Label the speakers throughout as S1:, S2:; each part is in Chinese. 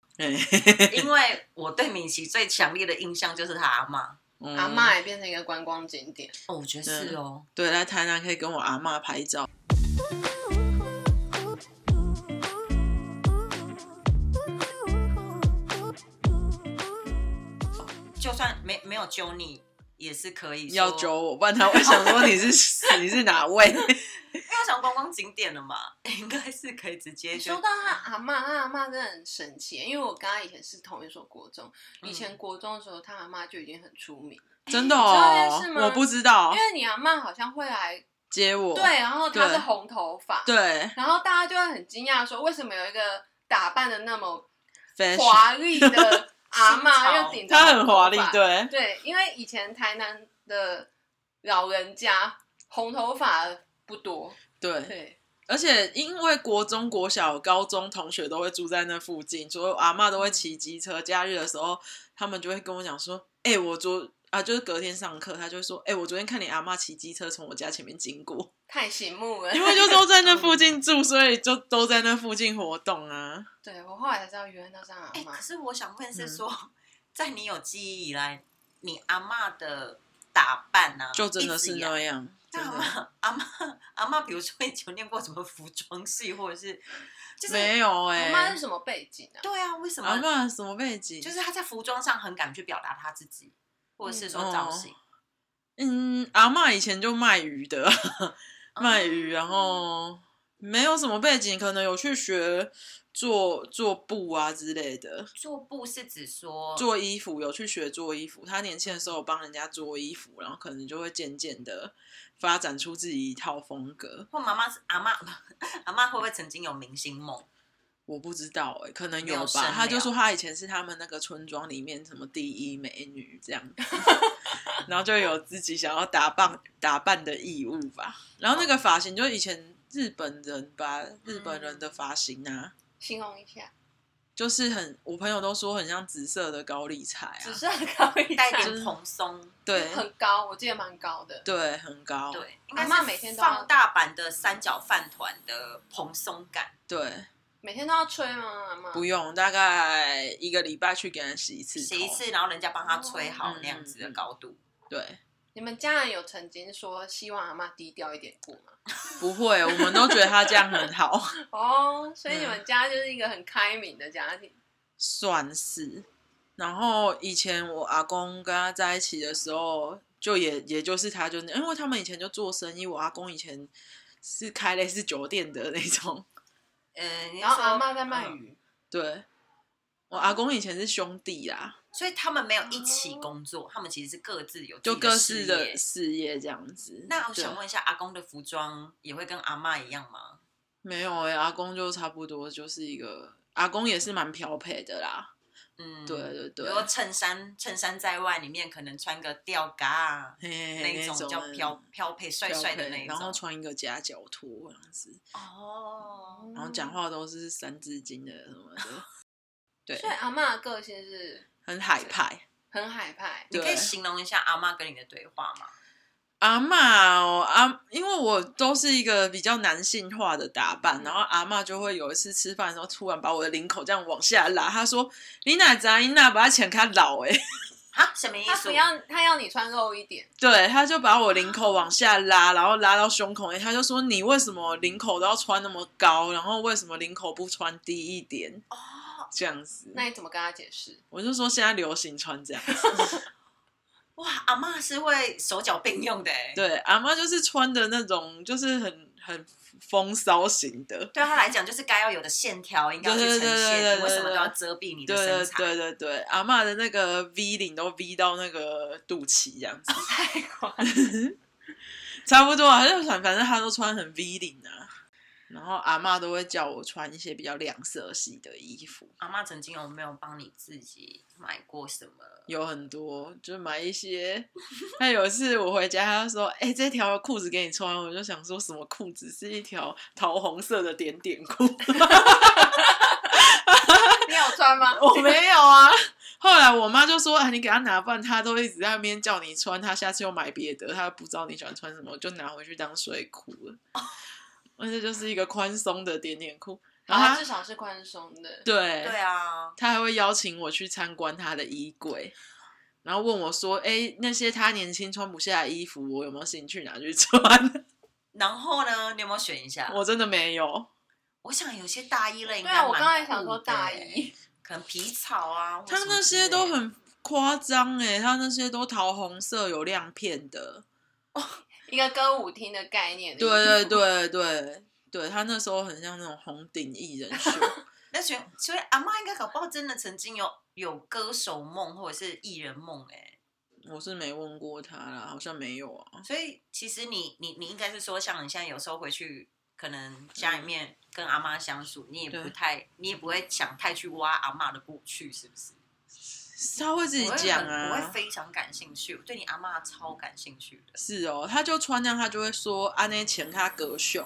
S1: 嗯
S2: 因为我对米奇最强烈的印象就是他阿妈。
S1: 嗯
S3: 阿嬷也变成一个观光景点。
S2: 哦，我觉得是哦，
S1: 对，来台南可以跟我阿嬷拍照。
S2: 就算没没有揪你，也是可以说
S1: 要揪，我，不然他会想说你是你是哪 位？
S2: 因为我想观光景点了嘛， 应该是可以直接
S3: 说
S2: 就
S3: 到他阿嬷，他阿嬷真的很神奇，因为我跟他以前是同一所国中，
S2: 嗯
S3: 以前国中的时候，他阿嬷就已经很出名，
S1: 真的
S3: 你知道
S1: 哦
S3: 这件事，吗
S1: 我不知道
S3: 因为你阿嬷好像会来，
S1: 接我。
S3: 对，然后她
S1: 对
S3: 是红头发，
S1: 对
S3: 然后大家就会很惊讶说，为什么有一个打扮的那么
S1: ，fashion，
S3: 华丽的阿
S2: 新
S3: 嬷
S2: 潮
S3: 要顶着
S1: 他很华丽
S3: 红头，发
S1: 对，
S3: 对，因为以前台南的老人家红头发不多，
S1: 对，
S3: 对，
S1: 而且因为国中国小、高中同学都会住在那附近，所以我阿嬷都会骑机车。假日的时候，他们就会跟我讲说：“哎、我昨啊，就是隔天上课，他就会说：‘哎、我昨天看你阿嬷骑机车从我家前面经过。
S3: 太醒 目了’，
S1: 因为就都在那附近住，所以就都在那附近活动啊。
S3: 对我后来才知道，原来那是他阿
S2: 哎、
S3: 嬷
S2: 可。是我想问是
S1: 嗯
S2: 说，在你有记忆以来，你阿嬷的打扮啊，
S1: 就真的是
S2: 样。
S1: 那样，
S2: 那
S1: 真
S2: 阿
S1: 的。”
S2: 嬷阿嬷阿嬷，比如说以前有念过什么服装系，或者是就是
S1: 没有
S3: 阿
S1: 哎、
S3: 妈是什么背景啊？
S2: 对啊，为什
S1: 阿
S2: 么？
S1: 嬷什么背景？
S2: 就是她在服装上很敢去表达她自己，或者是
S1: 嗯
S2: 说
S1: 哦
S2: 造型。
S1: 嗯，阿嬷以前就卖鱼的，卖鱼，
S2: 哦
S1: 然后没有什么背景，可能有去学做做布啊之类的，
S2: 做布是指说
S1: 做衣服有去学做衣服。她年轻的时候有帮人家做衣服，然后可能就会渐渐的发展出自己一套风格。
S2: 或妈妈是阿妈，阿妈会不会曾经有明星梦？
S1: 我不知道哎、可能
S2: 没有
S1: 有
S2: 深
S1: 吧。她就
S2: 聊
S1: 说她以前是他们那个村庄里面什么第一美女这样 子，然后就有自己想要打扮打扮的义务吧。然
S2: 哦
S1: 后那个发型就以前日本人吧，日本人的
S2: 嗯
S1: 发型啊，
S3: 形容一下，
S1: 就是很我朋友都说很像紫色的高丽菜啊
S3: 只，是很高一
S2: 带
S3: 哎点，
S2: 点蓬松，
S1: 对
S3: 很高，我记得蛮高的。
S1: 对，很高，
S2: 对，应
S3: 哦
S2: 该
S3: 阿嬷
S2: 是
S3: 每天都要
S2: 放大版的三角饭团的蓬松感。
S1: 对，
S3: 每天都要吹吗？阿妈
S1: 不用大概一个礼拜去给人洗一次，
S2: 洗一，次，然后人家帮她吹好
S1: 哦
S3: 嗯
S2: 那样子的高度。
S1: 对，
S3: 你们家人有曾经说希望阿妈低调一点过吗？
S1: 不会，我们都觉得她这样很好，
S3: 哦，所以你们家就是一个很开明的家庭。
S1: 算是。然后以前我阿公跟他在一起的时候，就也也就是他就那，因为他们以前就做生意，我阿公以前是开类似酒店的那种。
S2: 嗯，你
S3: 然后
S2: 说
S3: 阿妈在卖鱼，
S1: 对，我阿公以前是兄弟啦，
S2: 所以他们没有一起
S3: 哦
S2: 工作，他们其实是各自有
S1: 就各
S2: 自
S1: 自
S2: 己
S1: 的
S2: 的事业。
S1: 事业这样子。
S2: 那我
S1: 对
S2: 想问一下，阿公的服装也会跟阿妈一样吗？
S1: 没有哎、阿公就差不多就是一个阿公也是蛮漂配的啦。
S2: 嗯，
S1: 对对对
S2: 比如说衬衫，衬衫在外，里面可能穿个吊嘎啊，
S1: 嘿嘿
S2: 那
S1: 嘿
S2: 一种叫飘飘配，帅
S1: 漂
S2: 帅的
S1: 配
S2: 那一种。
S1: 然后穿一个夹脚拖这样子，
S2: 哦，
S1: 然后
S3: 嗯
S1: 讲话都是三字经的什么的，对，
S3: 所以阿妈的个性是
S1: 很海派。
S3: 很海派。
S2: 你
S1: 对
S2: 可以形容一下阿妈跟你的对话吗？
S1: 阿嬷哦，阿，因为我都是一个比较男性化的打扮，然后阿嬷就会有一次吃饭的时候，突然把我的领口这样往下拉，她说：“你哪知道你哪把它剪开老哎、欸
S2: 啊，什么意
S3: 他
S2: 思
S3: 不？要，他要你穿肉一点，
S1: 对，她就把我领口往下拉，然后拉到胸口、欸，她就说：“你为什么领口都要穿那么高？然后为什么领口不穿低一点？”
S2: 哦，
S1: 这样子，
S3: 那你怎么跟他解 释？
S1: 我就说现在流行穿这样子。
S2: 哇，阿妈是会手脚并用的欸，
S1: 对，阿妈就是穿的那种，就是很很风骚型的。
S2: 对他来讲就是该要有的线条应该要去
S1: 对
S2: 呈
S1: 对对对对
S2: 现，你
S1: 对
S2: 为什么
S1: 对
S2: 都要遮蔽你的
S1: 对
S2: 身
S1: 对
S2: 材？
S1: 对对对，阿嬷的那个 V 领都 V 到那个肚脐这样子，
S3: 太夸
S1: 差不多啊，就反反正她都穿很 V 领啊。然后阿嬷都会叫我穿一些比较亮色系的衣服，
S2: 阿妈曾经有没有帮你自己买过什么？
S1: 有很多就买一些。 她有一次我回家，她就说：“哎、这条裤子给你穿。”我就想说什么裤子是一条桃红色的点点裤，
S3: 你有穿吗？
S1: 我没有啊。 后来我妈就说：“啊，你给她拿，不然她都一直在那边叫你穿，她下次又买别的，她不知道你喜欢穿什么，就拿回去当睡裤了。而且就是一个宽松的点点裤。”然
S3: 啊
S1: 后他
S3: 至少是宽松的。
S1: 对
S2: 对啊，
S1: 他还会邀请我去参观他的衣柜，然后问我说：“哎，那些他年轻穿不下的衣服，我有没有兴趣拿去穿
S2: 然后呢，你有没有选一？”下？
S1: 我真的没有。
S2: 我想有些大衣类应
S3: 对
S2: 该
S3: 啊，我
S2: 蛮
S3: 刚才想
S2: 酷
S3: 说
S2: 的
S3: 大
S2: 欸
S3: 衣，
S2: 可能皮草啊，或
S1: 他
S2: 什么
S1: 那
S2: 之
S1: 些都
S2: 类
S1: 很夸张哎，他那些都桃红色有亮片的。
S3: 一个歌舞厅的概念。
S1: 对 对，对对对，他那时候很像那种红顶艺人 秀。
S2: 那所以所以阿妈应该搞不好真的曾经有有歌手梦或者是艺人梦哎、
S1: 我是没问过他啦，好像没有啊。
S2: 所以其实你你你应该是说，像你现在有时候回去，可能家里面跟阿妈相处，你也不
S1: 嗯对
S2: 太你也不会想太去挖阿妈的过去，是不是？
S1: 他会自己
S2: 我会很
S1: 讲
S2: 我
S1: 啊
S2: 会。非常感兴趣，我对你阿妈超感兴趣的
S1: 是哦，他就穿那样，他就会说啊，那前他格雄，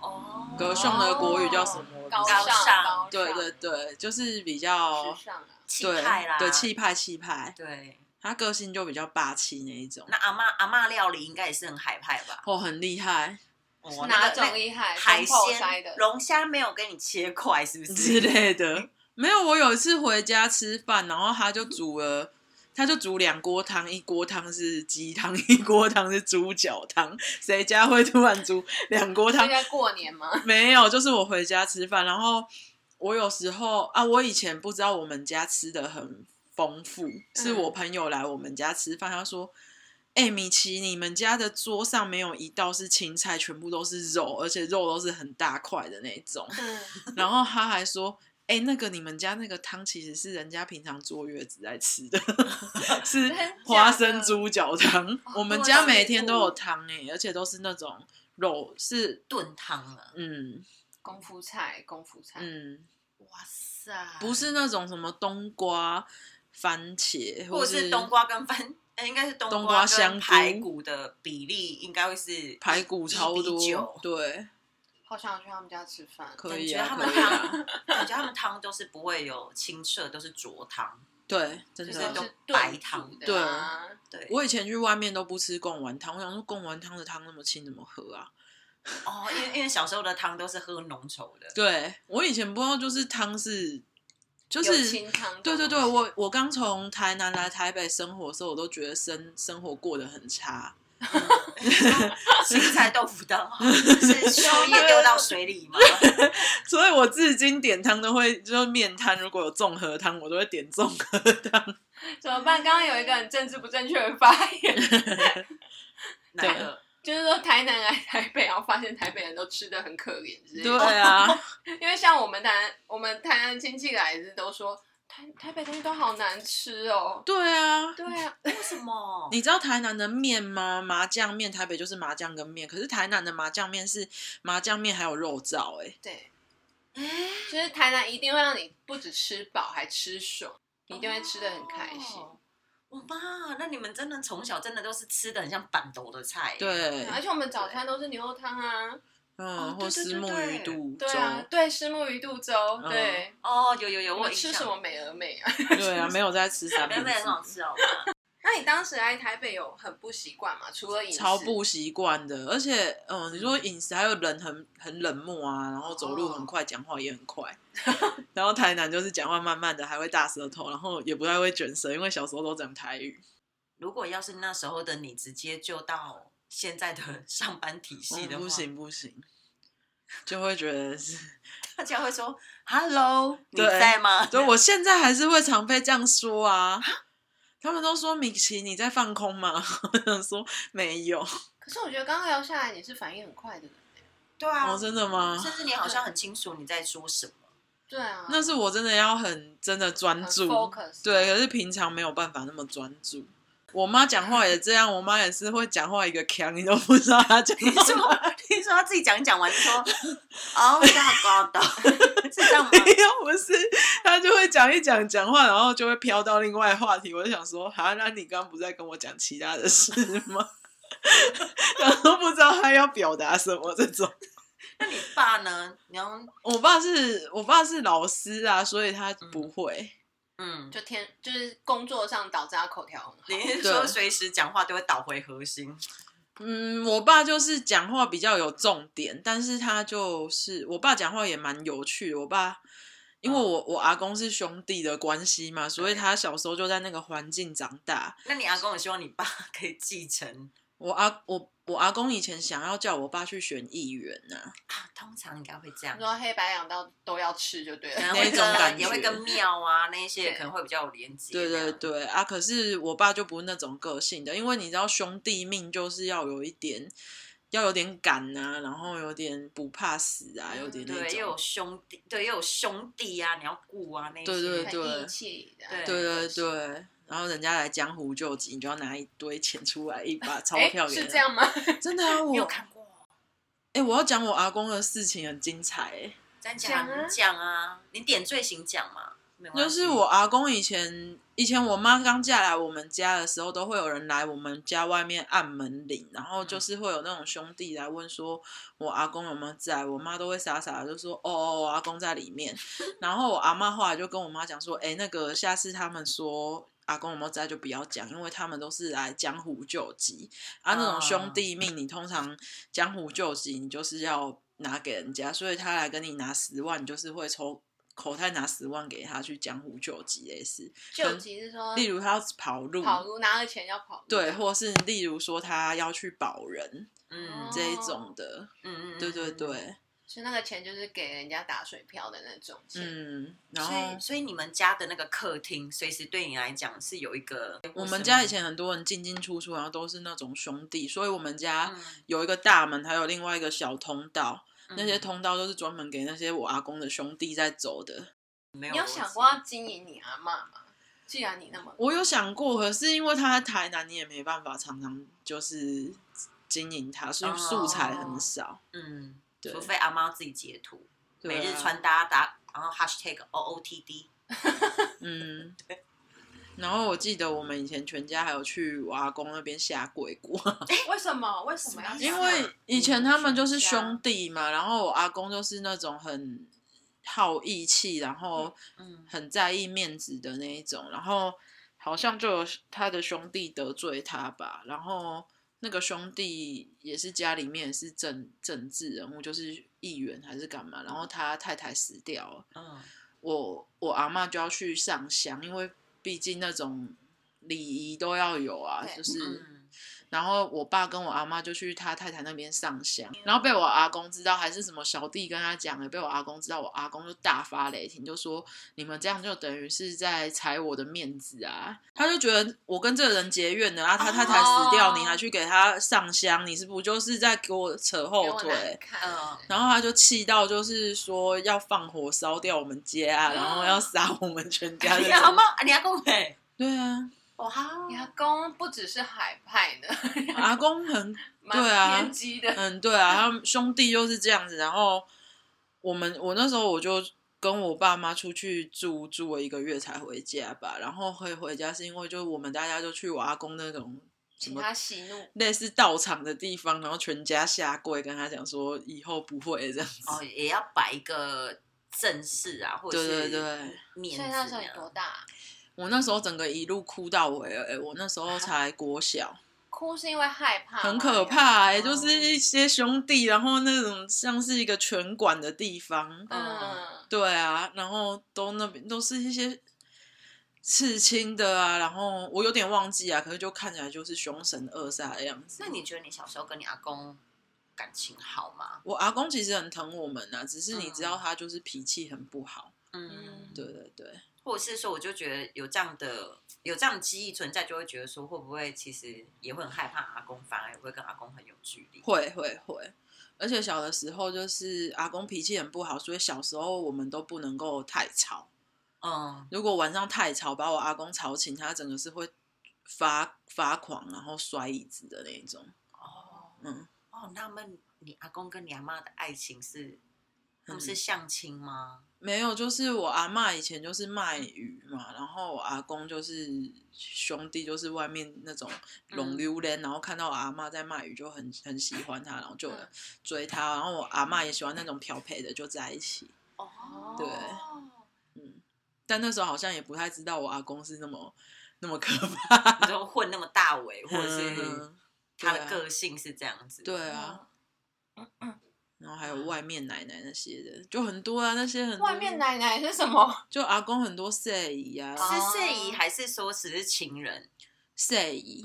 S2: 哦
S1: 格雄的国语叫什么？我不知道
S3: 高
S2: 尚
S3: 尚，
S1: 对对对，就是比较
S3: 时尚啊。
S2: 气
S1: 对
S2: 派啦，
S1: 对气派气派，
S2: 对。
S1: 他个性就比较霸气那一种，
S2: 那阿妈阿妈料理应该也是很海派吧？
S1: 哦，很厉害
S2: 哦那
S3: 哪
S2: 个那
S3: 种
S2: 个
S3: 厉害？
S2: 海
S3: 中泡塞
S2: 鲜
S3: 的，
S2: 龙虾没有给你切块，是不
S1: 之
S2: 是？
S1: 类的。没有，我有一次回家吃饭，然后他就煮了，他就煮两锅汤，一锅汤是鸡汤，一锅汤是猪脚汤。 谁家会突然煮两锅汤
S3: 现？在过年 吗？
S1: 没有，就是我回家吃饭，然后我有时候啊，我以前不知道我们家吃的很丰富，是我朋友来我们家吃饭，他说：“哎、米奇，你们家的桌上没有一道是青菜，全部都是肉，而且肉都是很大块的那种。”
S3: 嗯，
S1: 然后他还说：“哎、那个你们家那个汤其实是人家平常坐月子在吃的， 是花生猪脚汤。
S2: 哦
S1: 我们家每天都有汤哎、而且都是那种肉是
S2: 炖汤啊，
S1: 嗯
S3: 功夫菜，功夫菜。
S1: 嗯，
S2: 哇塞，
S1: 不是那种什么冬瓜、番茄
S2: 或者
S1: 是
S2: 是冬瓜跟番， 呃应该是冬
S1: 冬瓜
S2: 瓜跟
S1: 香
S2: 排
S1: 菇
S2: 骨的比例应该会是
S1: 排骨超
S2: 一比
S1: 多
S2: 九，
S1: 对，
S3: 好想去他们家吃饭。
S1: 可以
S2: 觉得
S1: 啊，
S2: 他
S1: 可
S2: 们
S1: 以啊，
S2: 汤，感觉他们汤都是不会有清澈，都是浊汤。
S1: 对，真
S2: 就是
S1: 的。
S2: 都
S3: 是炖煮的啊，
S2: 对，
S1: 我以前去外面都不吃贡丸汤，我想说贡丸汤的汤那么清，怎么喝啊？
S2: 哦，因为因为小时候的汤都是喝浓稠的，
S1: 对我以前不知道，就是汤是，就
S3: 有
S1: 是
S3: 清汤的
S1: 对对对，
S3: 东西
S1: 我我刚从台南来台北生活的时候，我都觉得生生活过得很差。
S2: 青菜豆腐汤啊是树叶丢到水里吗？
S1: 所以我至今点汤都会，就是面摊如果有综合汤，我都会点综合汤。
S3: 怎么办？刚刚有一个很政治不正确的发言，
S2: 哪个？
S3: 就是说台南来台北，然后发现台北人都吃的很可怜之类
S1: 对
S3: 的。
S1: 啊，
S3: 因为像我们台南，我们台南亲戚来是都说台台北东西都好难吃哦。
S1: 对啊。
S3: 对啊，
S2: 为什么？
S1: 你知道台南的面吗？麻酱面，台北就是麻酱跟面，可是台南的麻酱面是麻酱面还有肉燥、欸，
S3: 对，就是台南一定会让你不止吃饱，还吃爽，你一定会吃的很开心。
S2: 哦。我妈，那你们真的从小真的都是吃的很像板豆的菜，，
S1: 对，
S3: 而且我们早餐都是牛肉汤啊，
S2: 哦
S1: 嗯，
S2: 对
S1: 或
S2: 对
S1: 石
S2: 对
S1: 木
S2: 对
S1: 鱼肚
S3: 对啊，对，虱目鱼肚粥，
S1: 嗯
S3: 对，
S2: 哦，有有有，
S3: 我
S2: 我
S3: 吃
S2: 印象
S3: 什么？美而美啊？
S1: 对啊，没有在吃三
S2: 台
S1: 明
S2: 北很好
S1: 治，
S2: 吃哦。
S3: 那你当时来台北有很不习惯吗？除了饮食，
S1: 超不习惯的。而且，嗯，你说饮食还有人很很冷漠啊，然后走路很快，讲话也很快。 然后台南就是讲话慢慢的，还会大舌头，然后也不太会卷舌，因为小时候都讲台语。
S2: 如果要是那时候的你直接就到现在的 上班体系
S1: 嗯
S2: 哦的话，
S1: 不行不行，就会觉得是。
S2: 大家会说 “Hello，你
S1: 对
S2: 在吗？”
S1: 所以我现在还是会常被这样说啊。他们都说米奇你在放空吗？ 我想说没有。
S3: 可是我觉得刚刚聊下来，你是反应很快的人。
S2: 对啊，
S1: 哦，真的吗？
S2: 甚至你好像很清楚你在说 什么。
S3: 对啊，
S1: 那是我真的要很真的专注
S3: 很 focus
S1: 对，可是平常没有办法那么专注。我妈讲话也这样，我妈也是会讲话一个腔，你都不知道她讲
S2: 你
S1: 什
S2: 说
S1: 么。，
S2: 你说他自己讲讲完就说哦，大高的，是这 样吗？
S1: 又不是，她就会讲一讲讲话，然后就会飘到另外话题。我就想说，啊，那你刚刚不是在跟我讲其他的事吗？ 然后不知道她要表达什么这种。
S2: 那你爸呢？你要
S1: 我爸是我爸是老师啊，所以他不会。
S2: 嗯，
S3: 就天就是工作上导致他口条很好。
S2: 你是说
S1: 对
S2: 随时讲话都会倒回核心？
S1: 嗯，我爸就是讲话比较有重点，但是他就是我爸讲话也蛮有趣的。我爸因为我、我阿公是兄弟的关系嘛，所以
S2: 嗯对
S1: 他小时候就在那个环境长大。
S2: 那你阿公也希望你爸 可以继承
S1: 我阿我我阿公以前想要叫我爸去选议员呐、
S2: 啊？通常应该会这样
S3: 你，说黑白两道都要吃就对
S2: 可
S3: 了，
S2: 能
S1: 那
S2: 会
S1: 种感觉
S2: 跟也会跟庙啊那一些
S3: 对
S2: 可能会比较有连接。
S1: 对对，对啊！可是我爸就不是那种个性的，因为你知道兄弟命就是要有一点，要有点敢啊，然后有点不怕死啊，有点那
S2: 嗯对，又
S1: 种
S2: 有。兄弟，对，又有兄弟啊，你要顾啊那些。
S1: 对对对
S3: 很义气的，啊
S2: 对
S1: 对对对，然后人家来江湖救急，你就要拿一堆钱出来，一把钞
S3: 哎
S1: 票给
S3: 是
S1: 人
S3: 这
S1: 家。
S3: 样吗？
S1: 真的啊，
S2: 你有
S1: 我
S2: 看过？
S1: 哎、我要讲我阿公的事情很精彩、欸，
S2: 真讲
S3: 讲啊
S2: 你讲啊，你点缀型讲嘛，没关
S1: 就
S2: 系
S1: 是我阿公以前，以前我妈刚嫁来我们家的时候，都会有人来我们家外面按门铃，然后就是会有那种兄弟来问说我阿公有没有在，我妈都会傻傻的就说哦哦，我阿公在里面。然后我阿妈后来就跟我妈讲说，哎、那个下次他们说。阿公有没有在就不要讲，因为他们都是来江湖救急啊。那种
S2: 哦
S1: 兄弟命，你通常江湖救急，你就是要拿给人家，所以他来跟你拿十万，你就是会抽口袋拿十万给他去江湖救急类似。
S3: 救急
S2: 嗯
S3: 是说
S1: 例如他要跑路，
S3: 跑路拿了钱要跑路，啊
S1: 对，或是例如说他要去保人、
S2: 嗯
S1: 这一种的，
S2: 嗯嗯，
S1: 哦对对
S2: 嗯。
S1: 对，
S3: 是那个钱就是给人家打水漂的那种钱，
S1: 嗯，然
S2: 所
S1: 后
S2: 以，。所以你们家的那个客厅，随时对你来讲是有一个。
S1: 我们家以前很多人进进出出，然后都是那种兄弟，所以我们家
S2: 嗯
S1: 有一个大门，还有另外一个小通道。
S2: 嗯
S1: 那些通道都是专门给那些我阿公的兄弟在走的。
S2: 没
S3: 你有
S2: 逻辑
S3: 想过要经营你阿妈吗？既然你那么
S1: 我有想过，可是因为他在台南，你也没办法常常就是经营他，所以素材
S2: 哦
S1: 很少。
S2: 嗯，
S1: 对
S2: 除非阿妈自己截图，
S1: 对
S2: 每日
S1: 啊
S2: 穿搭搭，然后 hashtag O O T D。
S1: 嗯，然后我记得我们以前全家还有去我阿公那边下跪过，
S3: 为什么为什么要
S2: 啊
S1: 因为以前他们就是兄弟嘛，然后我阿公就是那种很好义气，然后
S2: 嗯
S1: 很在意面子的那一种，然后好像就有他的兄弟得罪他吧，然后。那个兄弟也是家里面也是政政治人物，就是议员还是干嘛，然后他太太死掉了，
S2: 嗯，
S1: 我我阿嬷就要去上香，因为毕竟那种礼仪都要有啊，
S3: 对
S1: 就是。
S2: 嗯
S1: 然后我爸跟我阿妈就去他太太那边上香，然后被我阿公知道，还是什么小弟跟他讲的，被我阿公知道，我阿公就大发雷霆，就说你们这样就等于是在踩我的面子啊！他就觉得我跟这个人结怨了啊，他太太死掉，
S3: 哦
S1: 你还去给他上香，你是不就是在给我扯
S3: 给
S1: 后
S3: 我
S1: 腿？
S3: 难看
S2: 嗯
S1: 然后他就气到，就是说要放火烧掉我们家、啊，然后要杀我们全 家
S2: 你
S1: 那
S2: 阿
S1: 种。
S2: 妈，你阿公 哎，
S1: 对啊，
S2: 哇，哦好
S3: 你阿公不只是海派的，
S1: 阿公很
S3: 蛮
S1: 对啊
S3: 偏激的，
S1: 嗯，对啊，他们兄弟就是这样子。然后我们我那时候我就跟我爸妈出去住住了一个月才回家吧。然后可以回家是因为就我们大家就去我阿公那种什
S3: 请
S1: 么
S3: 他息怒。
S1: 类似道场的地方，然后全家下跪跟他讲说以后不会这样子。
S2: 哦，也要摆一个正式啊，或者是
S1: 对对对
S2: 面
S3: 所以
S2: 子
S3: 那时候
S2: 那
S3: 你多
S2: 样。
S3: 大啊、
S1: 我那时候整个一路哭到尾了、欸，我那时候才国小。
S3: 哭是因为害怕吗，
S1: 很可怕哎、
S3: 啊哦
S1: 就是一些兄弟，然后那种像是一个拳馆的地方，
S3: 嗯，
S1: 对啊，然后都那边都是一些刺青的啊，然后我有点忘记啊，可是就看起来就是凶神恶煞的样子。
S2: 那你觉得你小时候跟你阿公感情好吗？
S1: 我阿公其实很疼我们啊，只是你知道
S2: 嗯
S1: 他就是脾气很不好，
S2: 嗯，
S1: 对对对，
S2: 或者是说，我就觉得有这样的有这样的记忆存在，就会觉得说，会不会其实也会很害怕阿公，反而也会跟阿公很有距离。
S1: 会会会。而且小的时候就是阿公脾气很不好，所以小时候我们都不能够太吵。
S2: 嗯，
S1: 如果晚上太吵，把我阿公吵醒，他整个是会发发狂，然后摔椅子的那一种。
S2: 哦，
S1: 嗯，
S2: 哦，那么你阿公跟你阿妈的爱情是，他
S1: 嗯
S2: 们是相亲吗？
S1: 没有，就是我阿嬷以前就是卖鱼嘛，然后我阿公就是兄弟，就是外面那种
S3: 嗯
S1: 龙溜人，然后看到我阿嬷在卖鱼就很很喜欢他，然后就有
S3: 嗯
S1: 人追他，然后我阿嬷也喜欢那种漂配的，就在一起。
S2: 哦
S1: 对嗯，但那时候好像也不太知道我阿公是那么那么可怕，
S2: 你就混那么大尾，或者是
S1: 嗯
S2: 他的
S1: 对啊
S2: 个性是这样子。
S1: 对
S3: 哦
S1: 啊，然后还有外面奶奶那些的，就很多啊，那些很多
S3: 外面奶奶是什么？
S1: 就阿公很多塞姨啊，
S3: 哦
S2: 是是姨还是说只是情人？
S1: 塞姨，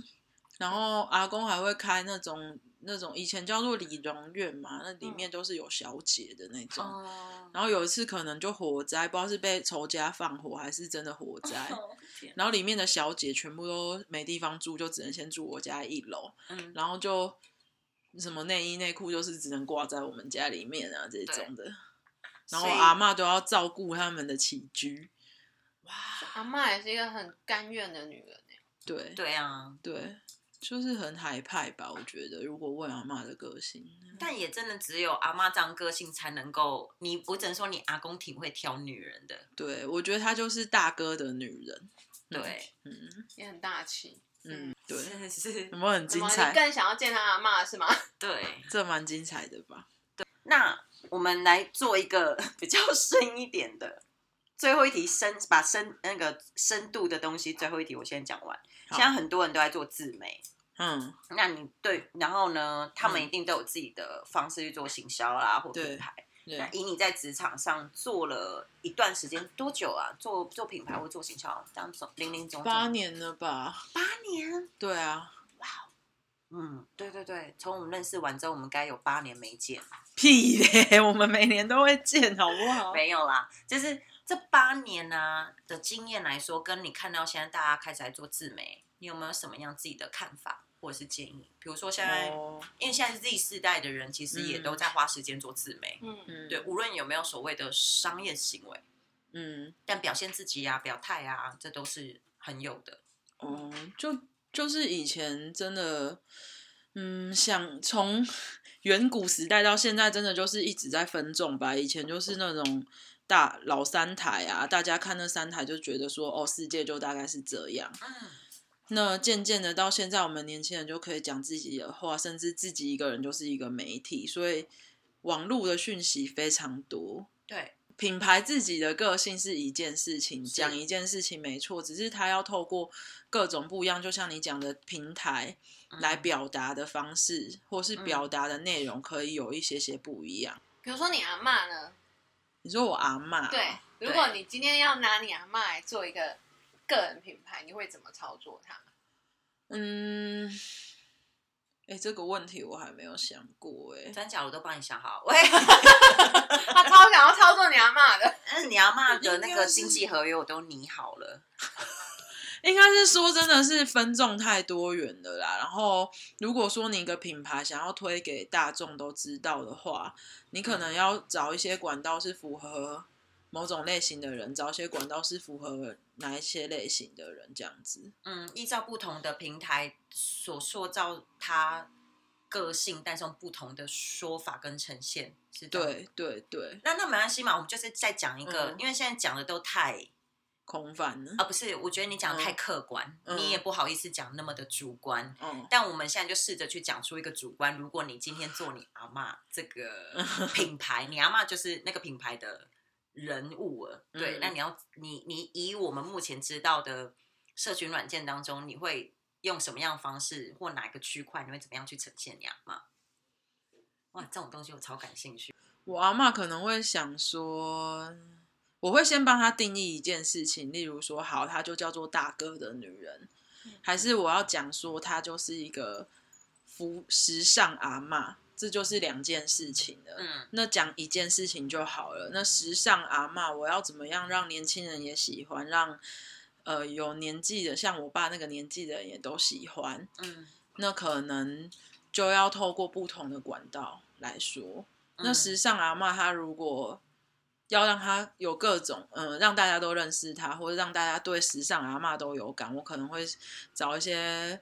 S1: 然后阿公还会开那种那种以前叫做理容院嘛，那里面都是有小姐的那种。
S2: 嗯哦，
S1: 然后有一次可能就火灾，不知道是被仇家放火还是真的火灾。
S2: 哦天
S1: 然后里面的小姐全部都没地方住，就只能先住我家一楼，
S2: 嗯，
S1: 然后就什么内衣内裤就是只能挂在我们家里面啊这种的。然后
S2: 所以
S1: 阿嬷都要照顾他们的起居，
S3: 阿妈也是一个很甘愿的女人欸、
S1: 对
S2: 对啊，
S1: 对，就是很海派吧。我觉得如果问阿嬷的个性，
S2: 但也真的只有阿妈这样个性才能够，你我只能说你阿公挺会挑女人的，
S1: 对我觉得她就是大哥的女人。嗯
S2: 对，
S3: 也很大气。
S1: 嗯，对，
S2: 真的是
S1: 有没有很
S3: 怎
S1: 精
S3: 么你
S1: 彩？
S3: 更想要见他阿妈 是吗？
S2: 对。
S1: 这蛮精彩的吧？
S2: 那我们来做一个 比较深一点的，最后一题深，把深那个深度的东西最后一题我先讲完。
S1: 好
S2: 现在很多人都在做自媒，
S1: 嗯，
S2: 那你对，然后呢，他们
S1: 嗯
S2: 一定都有自己的方式去做行销啦，或
S1: 对
S2: 品牌。
S1: 对
S2: 那，以你在职场上做了一段时间多久啊？做做品牌或做行销，这样总零零总总
S1: 八年了吧？
S2: 八年。
S1: 对啊，
S2: 嗯，对对对，从我们认识完之后，我们该有八年没见。
S1: 屁嘞！我们每年都会见，好 不
S3: 哦
S1: 好？
S2: 没有啦，就是这八年啊的经验来说，跟你看到现在大家开始来做自媒，你有没有什么样自己的看法或者是建议？比如说现在，
S1: 哦，
S2: 因为现在 Z 世代的人其实也都在花时间做自媒，
S3: 嗯，
S1: 嗯，
S2: 对，无论有没有所谓的商业行为，
S1: 嗯，
S2: 但表现自己啊、表态啊，这都是很有的。
S1: 哦，就就是以前真的，嗯，想从 远古时代到现在，真的就是一直在分众吧。以前就是那种大老三台啊，大家看那三台就觉得说，哦，世界就大概是这样。
S2: 嗯，
S1: 那渐渐的到现在，我们年轻人就可以讲自己的话，甚至自己一个人就是一个媒体，所以网络的讯息非常多。
S2: 对，
S1: 品牌自己的个性是一件事情，
S2: 是
S1: 讲一件事情没错，只是他要透过各种不一样，就像你讲的平台
S2: 嗯
S1: 来表达的方式，或是表达的内容，可以有一些些不一样。
S3: 比如说你阿妈呢？
S1: 你说我阿妈，
S3: 对，如果你今天要拿你阿妈来做一个个人品牌，你会怎么操作它？
S1: 嗯，哎、这个问题我还没有想过、诶
S2: 三角我都帮你想好。喂，
S3: 他超想要操作你阿妈的，
S2: 但是你要骂的 那
S1: 应
S2: 个
S1: 该是
S2: 经济合约我都拟好了。
S1: 应该是说真的是分众太多元了啦。然后如果说你一个品牌想要推给大众都知道的话，你可
S2: 嗯
S1: 能要找一些管道是符合某种类型的人，找一些管道是符合哪一些类型的人这样子。
S2: 嗯，依照不同的平台所塑造他个性，但是用不同的说法跟呈现，是这样。
S1: 对对对，
S2: 那那没关系嘛，我们就是再讲一个，
S1: 嗯
S2: 因为现在讲的都太
S1: 空泛呢
S2: 啊，？不是，我觉得你讲的太客观，
S1: 嗯
S2: 你也不好意思讲那么的主观。
S1: 嗯，
S2: 但我们现在就试着去讲出一个主观。如果你今天做你阿嬷这 个品牌，你阿嬷就是那个品牌的人物了。对，
S1: 嗯
S2: 那你要你你以我们目前知道的社群软件当中，你会用什么样的方式或哪一个区块，你会怎么样去呈现你阿嬷？哇，这种东西我超感兴趣。
S1: 我阿嬷可能会想说，我会先帮她定义一件事情，例如说，好，她就叫做大哥的女人，还是我要讲说她就是一个服时尚阿嬷，这就是两件事情了。
S2: 嗯
S1: 那讲一件事情就好了。那时尚阿嬷，我要怎么样让年轻人也喜欢，让呃有年纪的，像我爸那个年纪的人也都喜欢。
S2: 嗯，
S1: 那可能就要透过不同的管道来说。那
S2: 嗯
S1: 时尚阿嬷她如果要让她有各种，嗯、让大家都认识她，或者让大家对时尚阿嬷都有感，我可能会找一些，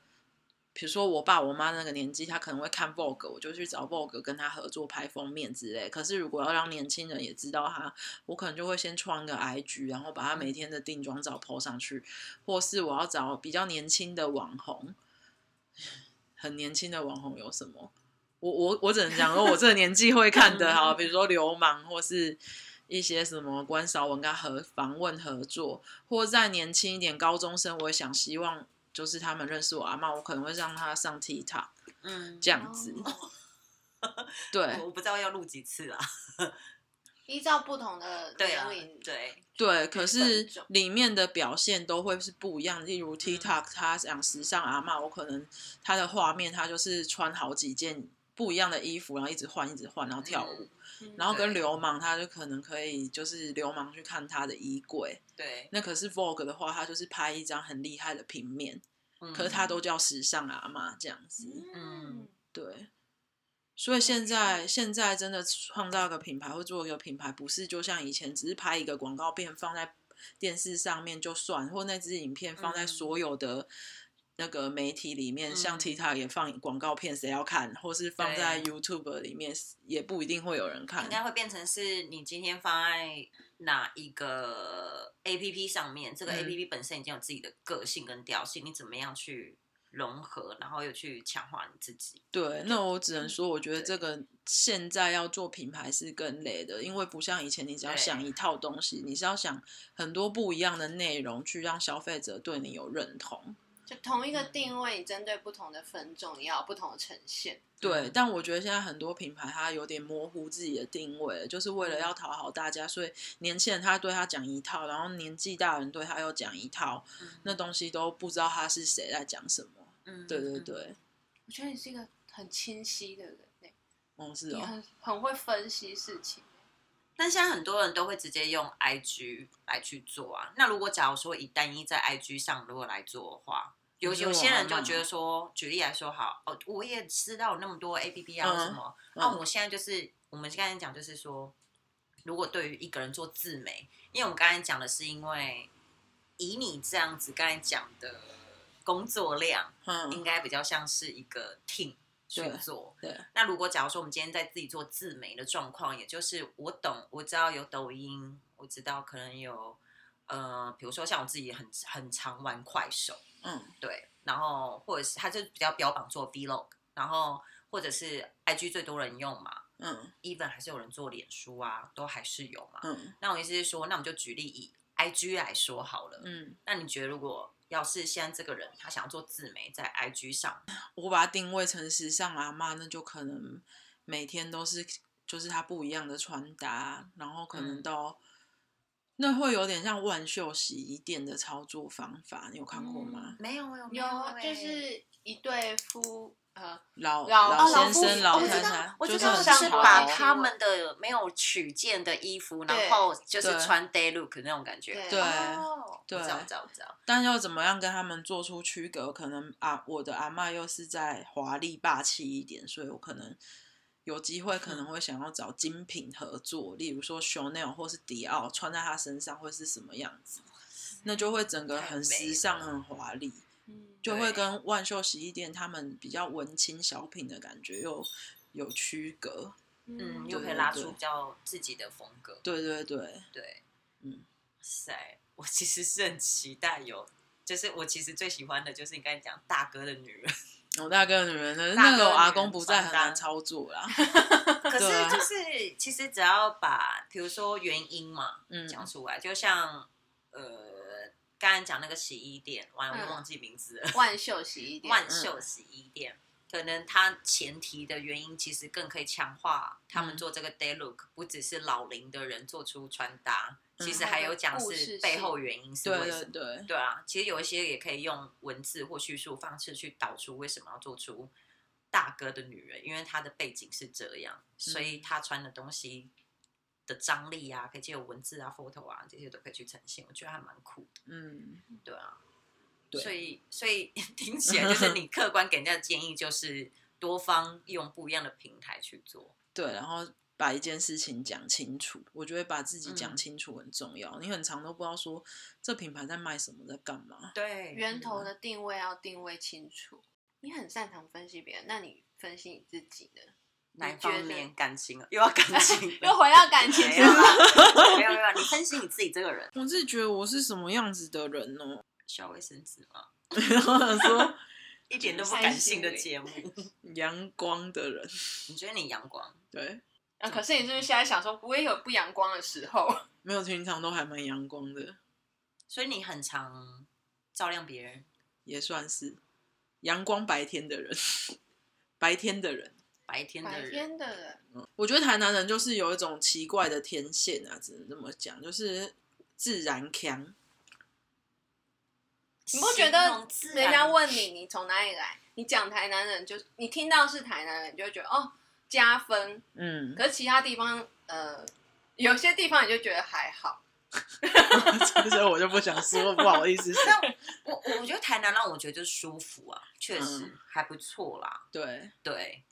S1: 比如说我爸我妈那个年纪，他可能会看 Vogue，我就去找 Vogue 跟他合作拍封面之类。可是如果要让年轻人也知道他，我可能就会先创一个 IG，然后把他每天的定妆照 PO 上去，或是我要找比较年轻的网红，很年轻的网红有什么？我我我只能讲说，我这个年纪会看的哈，比如说流氓或是一些什么关韶文跟他合访问合作，或再年轻一点高中生，我也想希望就是他们认识我阿妈，我可能会让他上 T 塔
S2: 嗯，
S1: 这样子。
S3: 哦
S2: 我
S1: 对
S2: 我不知道要录几次啊。
S3: 依照不同的
S2: 对啊
S3: 年龄，，
S2: 对，
S1: 对，可是
S3: 分种
S1: 里面的表现都会是不一样。例如 T t o k 他讲时尚阿妈，我可能他的画面他就是穿好几件不一样的衣服，然后一直换，一直换，然后跳舞。
S3: 嗯
S1: 然后跟
S2: 对
S1: 流氓，他就可能可以就是流氓去看他的衣柜。
S2: 对，
S1: 那可是 Vogue 的话，他就是拍一张很厉害的平面，
S2: 嗯
S1: 可是他都叫时尚阿妈这样子。
S2: 嗯
S1: 对，所以现在现在真的创造一个品牌或做一个品牌，不是就像以前只是拍一个广告片放在电视上面就算，或那支影片放在
S2: 嗯
S1: 所有的。那个媒体里面，像
S2: 嗯
S1: TikTok 也放广告片，谁要看？或是放
S2: 对
S1: 在 YouTube 里面，也不一定会有人看。
S2: 应该会变成是你今天放在哪一个 A P P 上面，这个
S1: 嗯
S2: A P P 本身已经有自己的个性跟调性，你怎么样去融合，然后又去强化你自己？
S1: 对，那我只能说，我觉得
S2: 嗯对
S1: 这个现在要做品牌是更累的，因为不像以前，你只要
S2: 对
S1: 想一套东西，你是要想很多不一样的内容，去让消费者对你有认同。
S3: 就同一个
S1: 嗯
S3: 定位，你针对不同的分众，也要有不同的呈现。
S2: 嗯
S1: 对，但我觉得现在很多品牌它有点模糊自己的定位，就是为
S2: 嗯
S1: 了要讨好大家，所以年轻人他对他讲一套，然后年纪大的人对他又讲一套，那东西都不知道他是谁在讲什么。
S2: 嗯
S1: 对对，对，
S3: 我觉得你是一个很清晰的人欸，
S1: 哦是
S3: 你
S1: 哦，
S3: 很很会分析事情。
S2: 但现在很多人都会直接用 IG 来去做啊。那如果假如说以单一在 IG 上如果来做的话，有
S1: 你说
S2: 有些人
S1: 我妈
S2: 就
S1: 妈
S2: 觉得说，举例来说，好，哦，我也知道有那么多 APP 啊
S1: 嗯
S2: 什么，
S1: 嗯
S2: 那、我现在就是我们刚才讲就是说，如果对于一个人做自媒，因为我们刚才讲的是因为以你这样子刚才讲的工作量，应
S1: 嗯，
S2: 该比较像是一个 team 去
S1: 对
S2: 做，
S1: 对，
S2: 那如果假如说我们今天在自己做自媒的状况，也就是我懂，我知道有抖音，我知道可能有呃，比如说像我自己很很常玩快手，
S1: 嗯
S2: 对，然后或者是它就比较标榜做 vlog，然后或者是 IG 最多人用嘛
S1: 嗯
S2: ，even 还是有人做脸书啊，都还是有嘛。
S1: 嗯
S2: 那我意思是说，那我们就举例以 IG 来说好了。
S1: 嗯。
S2: 那你觉得如果要是现在这个人他想要做自媒在 IG 上，
S1: 我把它定位成时尚阿妈，那就可能每天都是就是她不一样的穿搭，然后可能
S2: 嗯
S1: 到、那会有点像万秀洗衣店的操作方法，你有看过吗？
S2: 没有没有没欸
S3: 有欸
S2: 有，
S3: 就是一对夫呃，
S1: 老
S3: 老
S2: 哦，
S3: 老
S1: 先生、
S3: 夫
S1: 老
S2: 我
S1: 太
S2: 知道
S1: 太，
S2: 我
S1: 就
S2: 知
S1: 是
S2: 道
S1: 很
S3: 上
S2: 是
S3: 华
S2: 把
S3: 的
S2: 他们的没有取件的衣服，
S3: 对
S2: 然后就是
S1: 对
S2: 穿 day look 那种感觉。
S1: 对
S3: 哦
S2: 我知道，我
S1: 对
S2: 知道，我知道。
S1: 但要怎么样跟他们做出区隔？可能啊，我的阿嬷又是在华丽霸气一点，所以我可能有机会可能会想要找精品合作，例如说 Chanel 或是迪奥，穿在她身上会是什么样子？那就会整个
S2: 太
S1: 很
S2: 美
S1: 时尚、很华丽，
S3: 嗯
S1: 就会
S2: 对
S1: 跟万秀洗衣店他们比较文青小品的感觉又有区隔。
S2: 嗯，
S3: 嗯，
S2: 又
S1: 对
S2: 可
S1: 对
S2: 以拉
S1: 对
S2: 出比较自己的风格。
S1: 对对对，
S2: 对，
S1: 嗯，
S2: 塞，我其实是很期待有。就是我其实最喜欢的就是你刚才讲大哥的女人，
S1: 我大哥的女人的
S2: 大
S1: 那个
S2: 哥的
S1: 我
S2: 女
S1: 阿
S2: 人
S1: 公不在
S2: 穿
S1: 很
S2: 搭
S1: 难操作啦。
S2: 可
S1: 对啊
S2: 是就是其实只要把比如说原因嘛
S1: 嗯，
S2: 讲出来，就像呃刚才讲那个洗衣店，完了我
S3: 嗯
S2: 又忘记名字了，
S3: 万秀洗衣
S1: 嗯
S3: 店，
S2: 万秀洗衣店，可能它前提的原因其实更可以强化他们
S1: 嗯
S2: 做这个 day look，不只是老龄的人做出穿搭，
S1: 嗯
S2: 其实还有讲
S3: 故事
S2: 是
S3: 性
S2: 背后原因是
S1: 对
S2: 为什
S1: 对
S2: 么。
S1: 对。
S2: 对啊，其实有一些也可以用文字或叙述方式去导出为什么要做出大哥的女人，因为她的背景是这样，所
S1: 嗯
S2: 以她穿的东西的张力啊，可以借由文字啊、photo 啊这些都可以去呈现，我觉得还蛮酷的。
S1: 嗯，
S2: 对啊，
S1: 对
S2: 所以所以 听起来就是 你客观给人家的建议就是多方用不一样的平台去做，
S1: 对，然后把一件事情讲清楚，我觉得把自己讲
S2: 嗯
S1: 清楚很重要。你很常都不知道说这品牌在卖什么，在干嘛。
S2: 对，
S3: 源头的定位要定位清楚。你很擅长分析别人，那你分析你自己呢？
S2: 哪一
S3: 你觉
S2: 方
S3: 得
S2: 面感情啊，又 要感情
S3: 又
S2: 了，
S3: 回到感情
S2: 没有啊
S3: 上了。
S2: 啦没有没有，你分析你自己这个人，
S1: 我自己觉得我是什么样子的人哦，
S2: 需要卫生纸吗？
S1: 然后想说
S2: 一点都
S3: 嗯
S2: 不感性的节目，
S1: 阳光的人，
S2: 你觉得你阳光？
S1: 对，
S3: 啊可是你是不是现在想说，我也有不阳光的时候？
S1: 没有平常都还蛮阳光的，
S2: 所以你很常照亮别人，
S1: 也算是阳光白天的人， 白天的人。
S2: 白天的
S3: 白
S2: 人
S3: 天的人，
S1: 我觉得台南人就是有一种奇怪的天线啊，只能这么讲，就是自然强。
S3: 你不觉得
S2: 形容自
S3: 人
S2: 然
S3: 家问你你从哪里来，你讲台南人就你听到是台南人，你就会觉得哦加分，
S1: 嗯，
S3: 可是其他地方呃有些地方你就觉得还好，
S1: 所以我就不想说，不好意思说。
S2: 我我我觉得台南让我觉得舒服啊，确实
S1: 嗯
S2: 还不错啦。
S1: 对
S2: 对，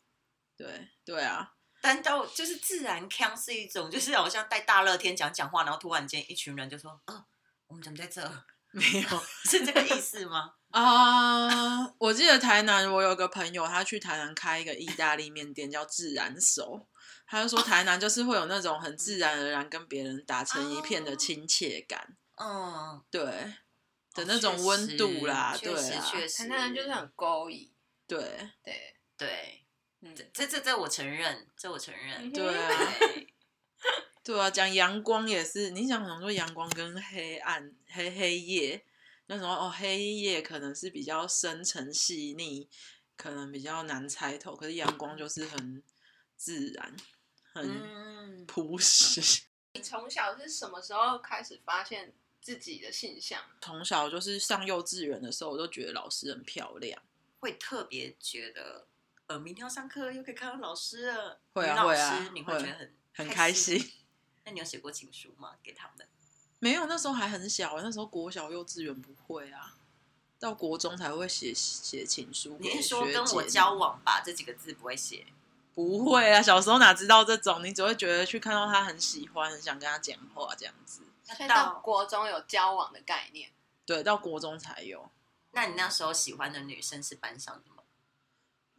S1: 对对啊，
S2: 但到就是自然腔是一种，就是好像在大热天讲讲话，然后突然间一群人就说：“嗯、我们怎么在这？
S1: 没有
S2: 是这个意思吗
S1: 啊、我记得台南，我有个朋友，他去台南开一个意大利面店，叫自然熟。他就说台南就是会有那种很自然而然跟别人打成一片的亲切感，？”
S2: 嗯，
S1: 对哦的那种温度啦，
S2: 确
S1: 对
S2: 实
S1: 啊，
S2: 确实，
S3: 台南人就是很勾引，
S1: 对
S3: 对，
S2: 对。
S3: 嗯
S2: 这这这这我承认，这我承认。
S1: 对 啊
S2: 对，
S1: 对啊，讲阳光也是，你想想说阳光跟黑暗、黑黑夜，那什么哦，黑夜可能是比较深沉细腻，可能比较难猜透，可是阳光就是很自然，很
S2: 嗯，
S1: 朴实。
S3: 你从小是什么时候开始发现自己的性向？
S1: 从小就是上幼稚园的时候，我都觉得老师很漂亮，
S2: 会特别觉得，呃，明天要上课又可以看到老师了，
S1: 会啊
S2: 女老
S1: 会啊
S2: 师你会
S1: 会
S2: 觉得很
S1: 很开心。
S2: 那你有写过情书吗？给他们？
S1: 没有，那时候还很小，啊那时候国小、幼稚园不会啊，到国中才会写写情书给学
S2: 你
S1: 姐。
S2: 是说跟我交往吧？这几个字不会写，
S1: 不会啊，小时候哪知道这种，你只会觉得去看到他很喜欢，很想跟他讲话这样子。
S3: 所以到国中有交往的概念，
S1: 对，到国中才有，
S2: 那你那时候喜欢的女生是班上的吗？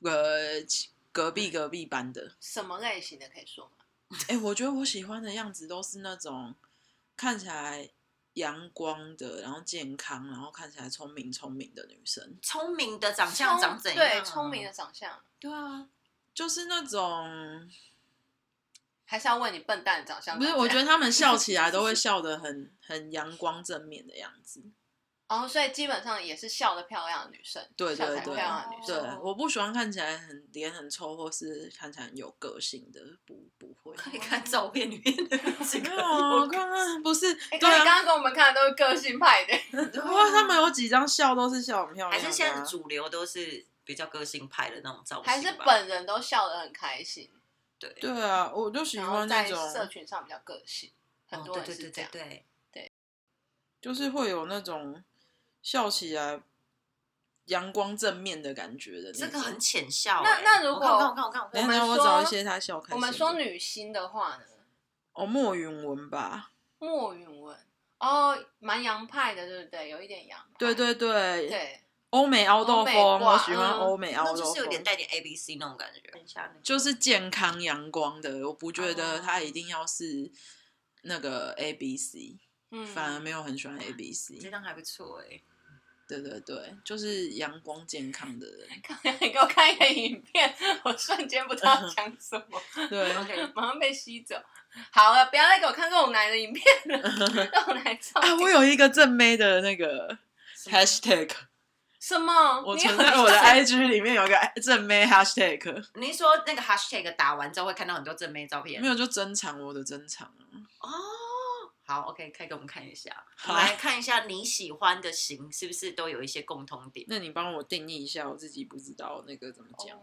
S1: 呃，隔壁隔壁班的。
S3: 什么类型的可以说吗？
S1: 哎、我觉得我喜欢的样子都是那种看起来阳光的，然后健康，然后看起来聪明聪明的女生。
S2: 聪明的长相长怎样？
S1: 啊
S3: 对，聪明的。长相，
S1: 对啊，就是那种
S3: 还是要问你笨蛋的长相
S1: 不
S3: 长怎
S1: 是，
S3: 样？
S1: 我觉得他们笑起来都会笑得很很阳光正面的样子。
S3: 哦，所以基本上也是笑得漂亮的女生，
S1: 对
S3: 笑
S1: 对
S3: 才漂
S1: 对
S3: 亮啊的女
S1: 对
S3: 生。，
S1: 我不喜欢看起来很脸很臭，或是看起来很有个性的，不不会。
S2: 可以看照片里面的几
S1: 没
S2: 个
S1: 有啊，刚刚不是对
S3: 哎，对，刚
S1: 啊，
S3: 刚给我们看的都是个性派的，
S1: 哇，他们有几张笑都是笑很漂
S2: 还
S1: 亮的啊，
S2: 是现在主流都是比较个性派的那种造型吧，
S3: 还是本人都笑得很开心，
S2: 对哦
S1: 对啊，我就喜
S3: 然后
S1: 欢那
S3: 在
S1: 种，
S3: 社群上比较个性，很
S2: 哦
S3: 多人
S2: 对
S3: 是
S2: 对
S3: 这
S2: 对
S3: 样。
S2: 对对，
S1: 就是会有那种笑起来阳光正面的感觉的那
S2: 这个
S1: 种
S2: 很浅笑
S3: 那
S2: 欸。
S3: 那如
S2: 我
S3: 果
S2: 看我看我看我看我
S1: 等
S2: 看，
S1: 一下
S3: 我们
S1: 我
S3: 说
S1: 找一些他笑开心的。
S3: 我们说女星的话呢，
S1: 哦，莫云文吧，
S3: 莫允文哦，蛮洋派的，对不对？有一点洋派。
S2: 哦
S1: 对对对，
S3: 对，
S1: 欧美凹豆
S3: 欧美
S1: 风，
S3: 挂
S1: 我喜欢
S3: 嗯
S1: 欧美凹
S2: 那
S1: 豆
S2: 就是有点
S1: 风，
S2: 带点 A B C 那种感觉。等一下，
S1: 就是健康阳光的，我不觉得
S2: 哦
S1: 他一定要是那个 A B C，
S3: 嗯，
S1: 反而没有很喜欢 A B
S2: 这
S1: C，
S2: 张还不错 哎。
S1: 对对对，就是阳光健康的人，
S3: 刚刚你给我看一个影片，我瞬间不知
S1: 嗯
S3: 道讲什么，
S1: 对
S2: OK，
S3: 马上被吸走。好了，不要再给我看这种奶的影片了，
S1: 嗯
S3: 这种奶照片
S1: 啊，我有一个正妹的那个 hashtag，
S3: 什么？
S1: 我
S3: 你有
S1: 存在我的
S3: 一个
S1: IG 里面有一个 正妹 hashtag，
S2: 你是说那个 hashtag 打完之后会看到很多正妹照片
S1: 没？有就珍藏我的珍藏啊，
S2: 哦，好，OK，可以给我们看一下。我
S1: 好
S2: 们来看一下你喜欢的型是不是都有一些共通点？
S1: 那你帮我定义一下，我自己不知道那个怎么讲，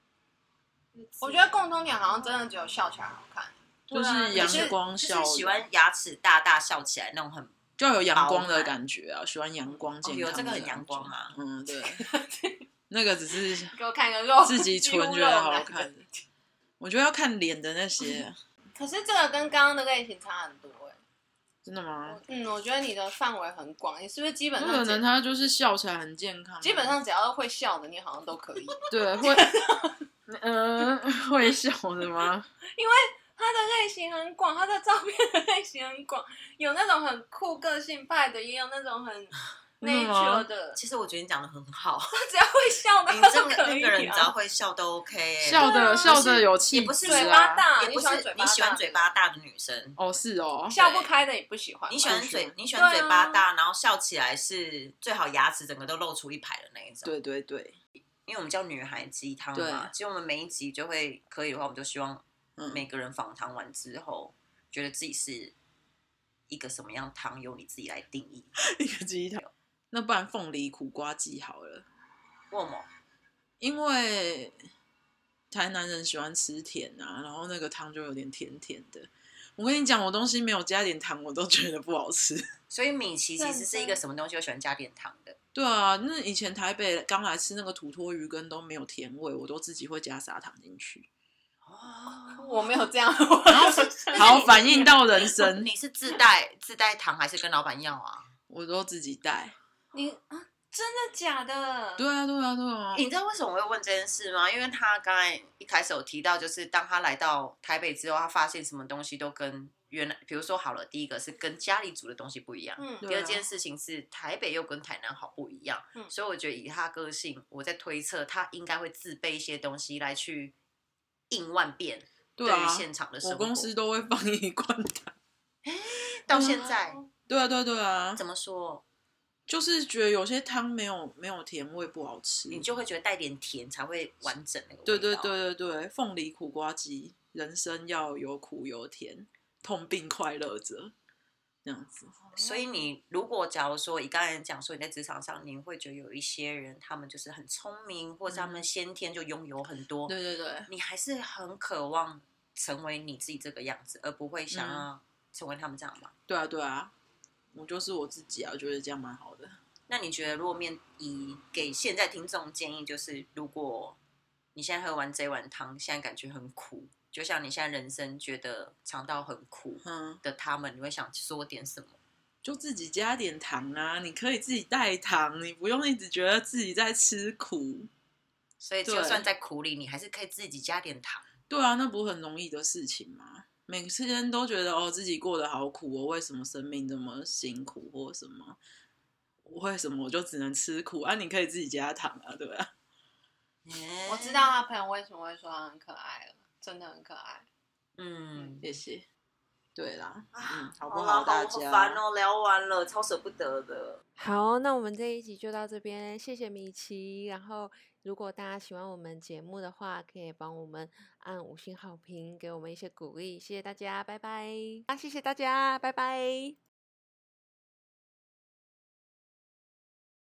S3: 我觉得共通点好像真的只有笑起来好看，
S2: 对
S1: 就
S2: 啊
S1: 是
S2: 你是
S1: 阳光
S2: 就
S1: 笑
S2: 是
S1: 容，
S2: 喜欢牙齿大大笑起来那种很
S1: 就要有阳光
S2: 饱
S1: 的
S2: 满
S1: 感觉啊，喜欢阳
S3: 哦
S1: 光健康的
S2: 有这个很
S1: 感
S2: 阳光
S1: 觉
S2: 啊
S1: 嗯，对， 那个只是
S3: 给我看一个肉，
S1: 自己
S3: 哦肌肉
S1: 纯觉得
S3: 奶
S1: 好看，我觉得要看脸的那些，
S3: 可是这个跟刚刚的类型差很多哎、
S1: 真的吗？
S3: 嗯，我觉得你的范围很广，你是不是基本
S1: 不
S3: 上
S1: 可
S3: 只
S1: 能他就是笑起来很健康啊，
S3: 基本上只要会笑的，你好像都可以。
S1: 对 会，嗯、会笑的吗？
S3: 他的类型很广，他的照片的类型很广，有那种很酷个性派的，也有那种很
S1: 真的吗
S3: nature 的，
S2: 其实我觉得你讲的很 好，
S3: 只要会笑的
S2: 你
S3: 话
S2: 这
S3: 都
S2: 个
S3: 可
S2: 那
S3: 以
S2: 个人只要
S3: 啊。
S2: 会笑都 OK，欸
S1: 笑
S3: 对啊
S1: 的笑的有气
S2: 也不
S1: 质
S2: 是嘴
S1: 啊
S3: 巴大
S2: 也不
S3: 你喜欢
S2: 是
S3: 嘴巴
S2: 你喜欢
S3: 大
S2: 嘴
S3: 的
S2: 巴大的女生，
S1: 哦，是哦，
S3: 笑不开的也不喜欢吧，
S2: 你喜欢嘴
S1: 是哦
S2: 你喜欢
S3: 对啊
S2: 嘴巴大，然后笑起来是最好牙齿整个都露出一排的那一种。
S1: 对对 对，
S2: 因为我们叫女孩鸡汤嘛，
S1: 对
S2: 其实我们每一集就会可以的话，我们就希望每
S1: 嗯，
S2: 个人访谈完之后，觉得自己是一个什么样汤，由你自己来定义。
S1: 一个鸡汤。那不然凤梨苦瓜鸡好了，
S2: 为什么？
S1: 因为台南人喜欢吃甜啊，然后那个汤就有点甜甜的。我跟你讲，我东西没有加点糖，我都觉得不好吃。
S2: 所以米奇其实是一
S3: 认
S2: 个
S3: 真
S2: 什么东西，我喜欢加点糖的。
S1: 对啊，那以前台北刚来吃那个土托鱼羹都没有甜味，我都自己会加砂糖进去，
S2: 哦，
S3: 我没有这样，
S1: 然 后 好反映到人生，
S2: 你是自带自带糖，还是跟老板要啊？
S1: 我都自己带。
S3: 你啊，真的假的？
S1: 对啊，对啊，对啊，
S2: 你知道为什么我会问这件事吗？因为他刚才一开始有提到，就是当他来到台北之后，他发现什么东西都跟原来，比如说好了，第一个是跟家里煮的东西不一样，
S3: 嗯，
S1: 对
S2: 第二
S1: 啊
S2: 件事情是台北又跟台南好不一样，
S3: 嗯
S2: 所以我觉得以他个性，我在推测他应该会自备一些东西来去应万变，
S1: 对啊
S2: 于，现场的生活。
S1: 我公司嗯都会放一罐糖。
S2: 到现在、
S1: 对啊，对啊对啊，
S2: 怎么说，
S1: 就是觉得有些汤没有没有甜味，不好吃。
S2: 你就会觉得带点甜才会完整那个味道。
S1: 对对，对对对，凤梨苦瓜鸡，人生要有苦有甜，痛并快乐着，这样子。
S2: 所以你如果假如说你刚才讲说你在职场上，你会觉得有一些人他们就是很聪明，或者他们先天就拥有很多，
S1: 嗯对对对，
S2: 你还是很渴望成为你自己这个样子，而不会
S1: 嗯
S2: 想要成为他们这样吗？
S1: 对啊对啊，我就是我自己啊，我觉得这样蛮好的。
S2: 那你觉得，如果面以给现在听众建议，就是如果你现在喝完这碗汤，现在感觉很苦，就像你现在人生觉得尝到很苦
S1: 嗯，
S2: 的他们，你会想说点什么？
S1: 就自己加点糖啊，你可以自己带糖，你不用一直觉得自己在吃苦。
S2: 所以
S1: 对
S2: 就算在苦里，你还是可以自己加点糖。
S1: 对啊，那不是很容易的事情吗？每次人都觉得哦，自己过得好苦哦，为什么生命这么辛苦或什么？为什么我就只能吃苦啊？你可以自己加糖啊，对吧、
S3: 我知道，他朋友为什么会说他很可爱了，真的很可爱。
S2: 嗯，
S1: 谢谢。对啦，嗯，好不
S2: 啊好
S1: 好？大
S2: 好
S1: 家，
S2: 烦哦，聊完了，超舍不得的。
S4: 好，那我们这一集就到这边，谢谢米奇。然后，如果大家喜欢我们节目的话，可以帮我们按五星好评，给我们一些鼓励，谢谢大家，拜拜。啊，谢谢大家，拜拜。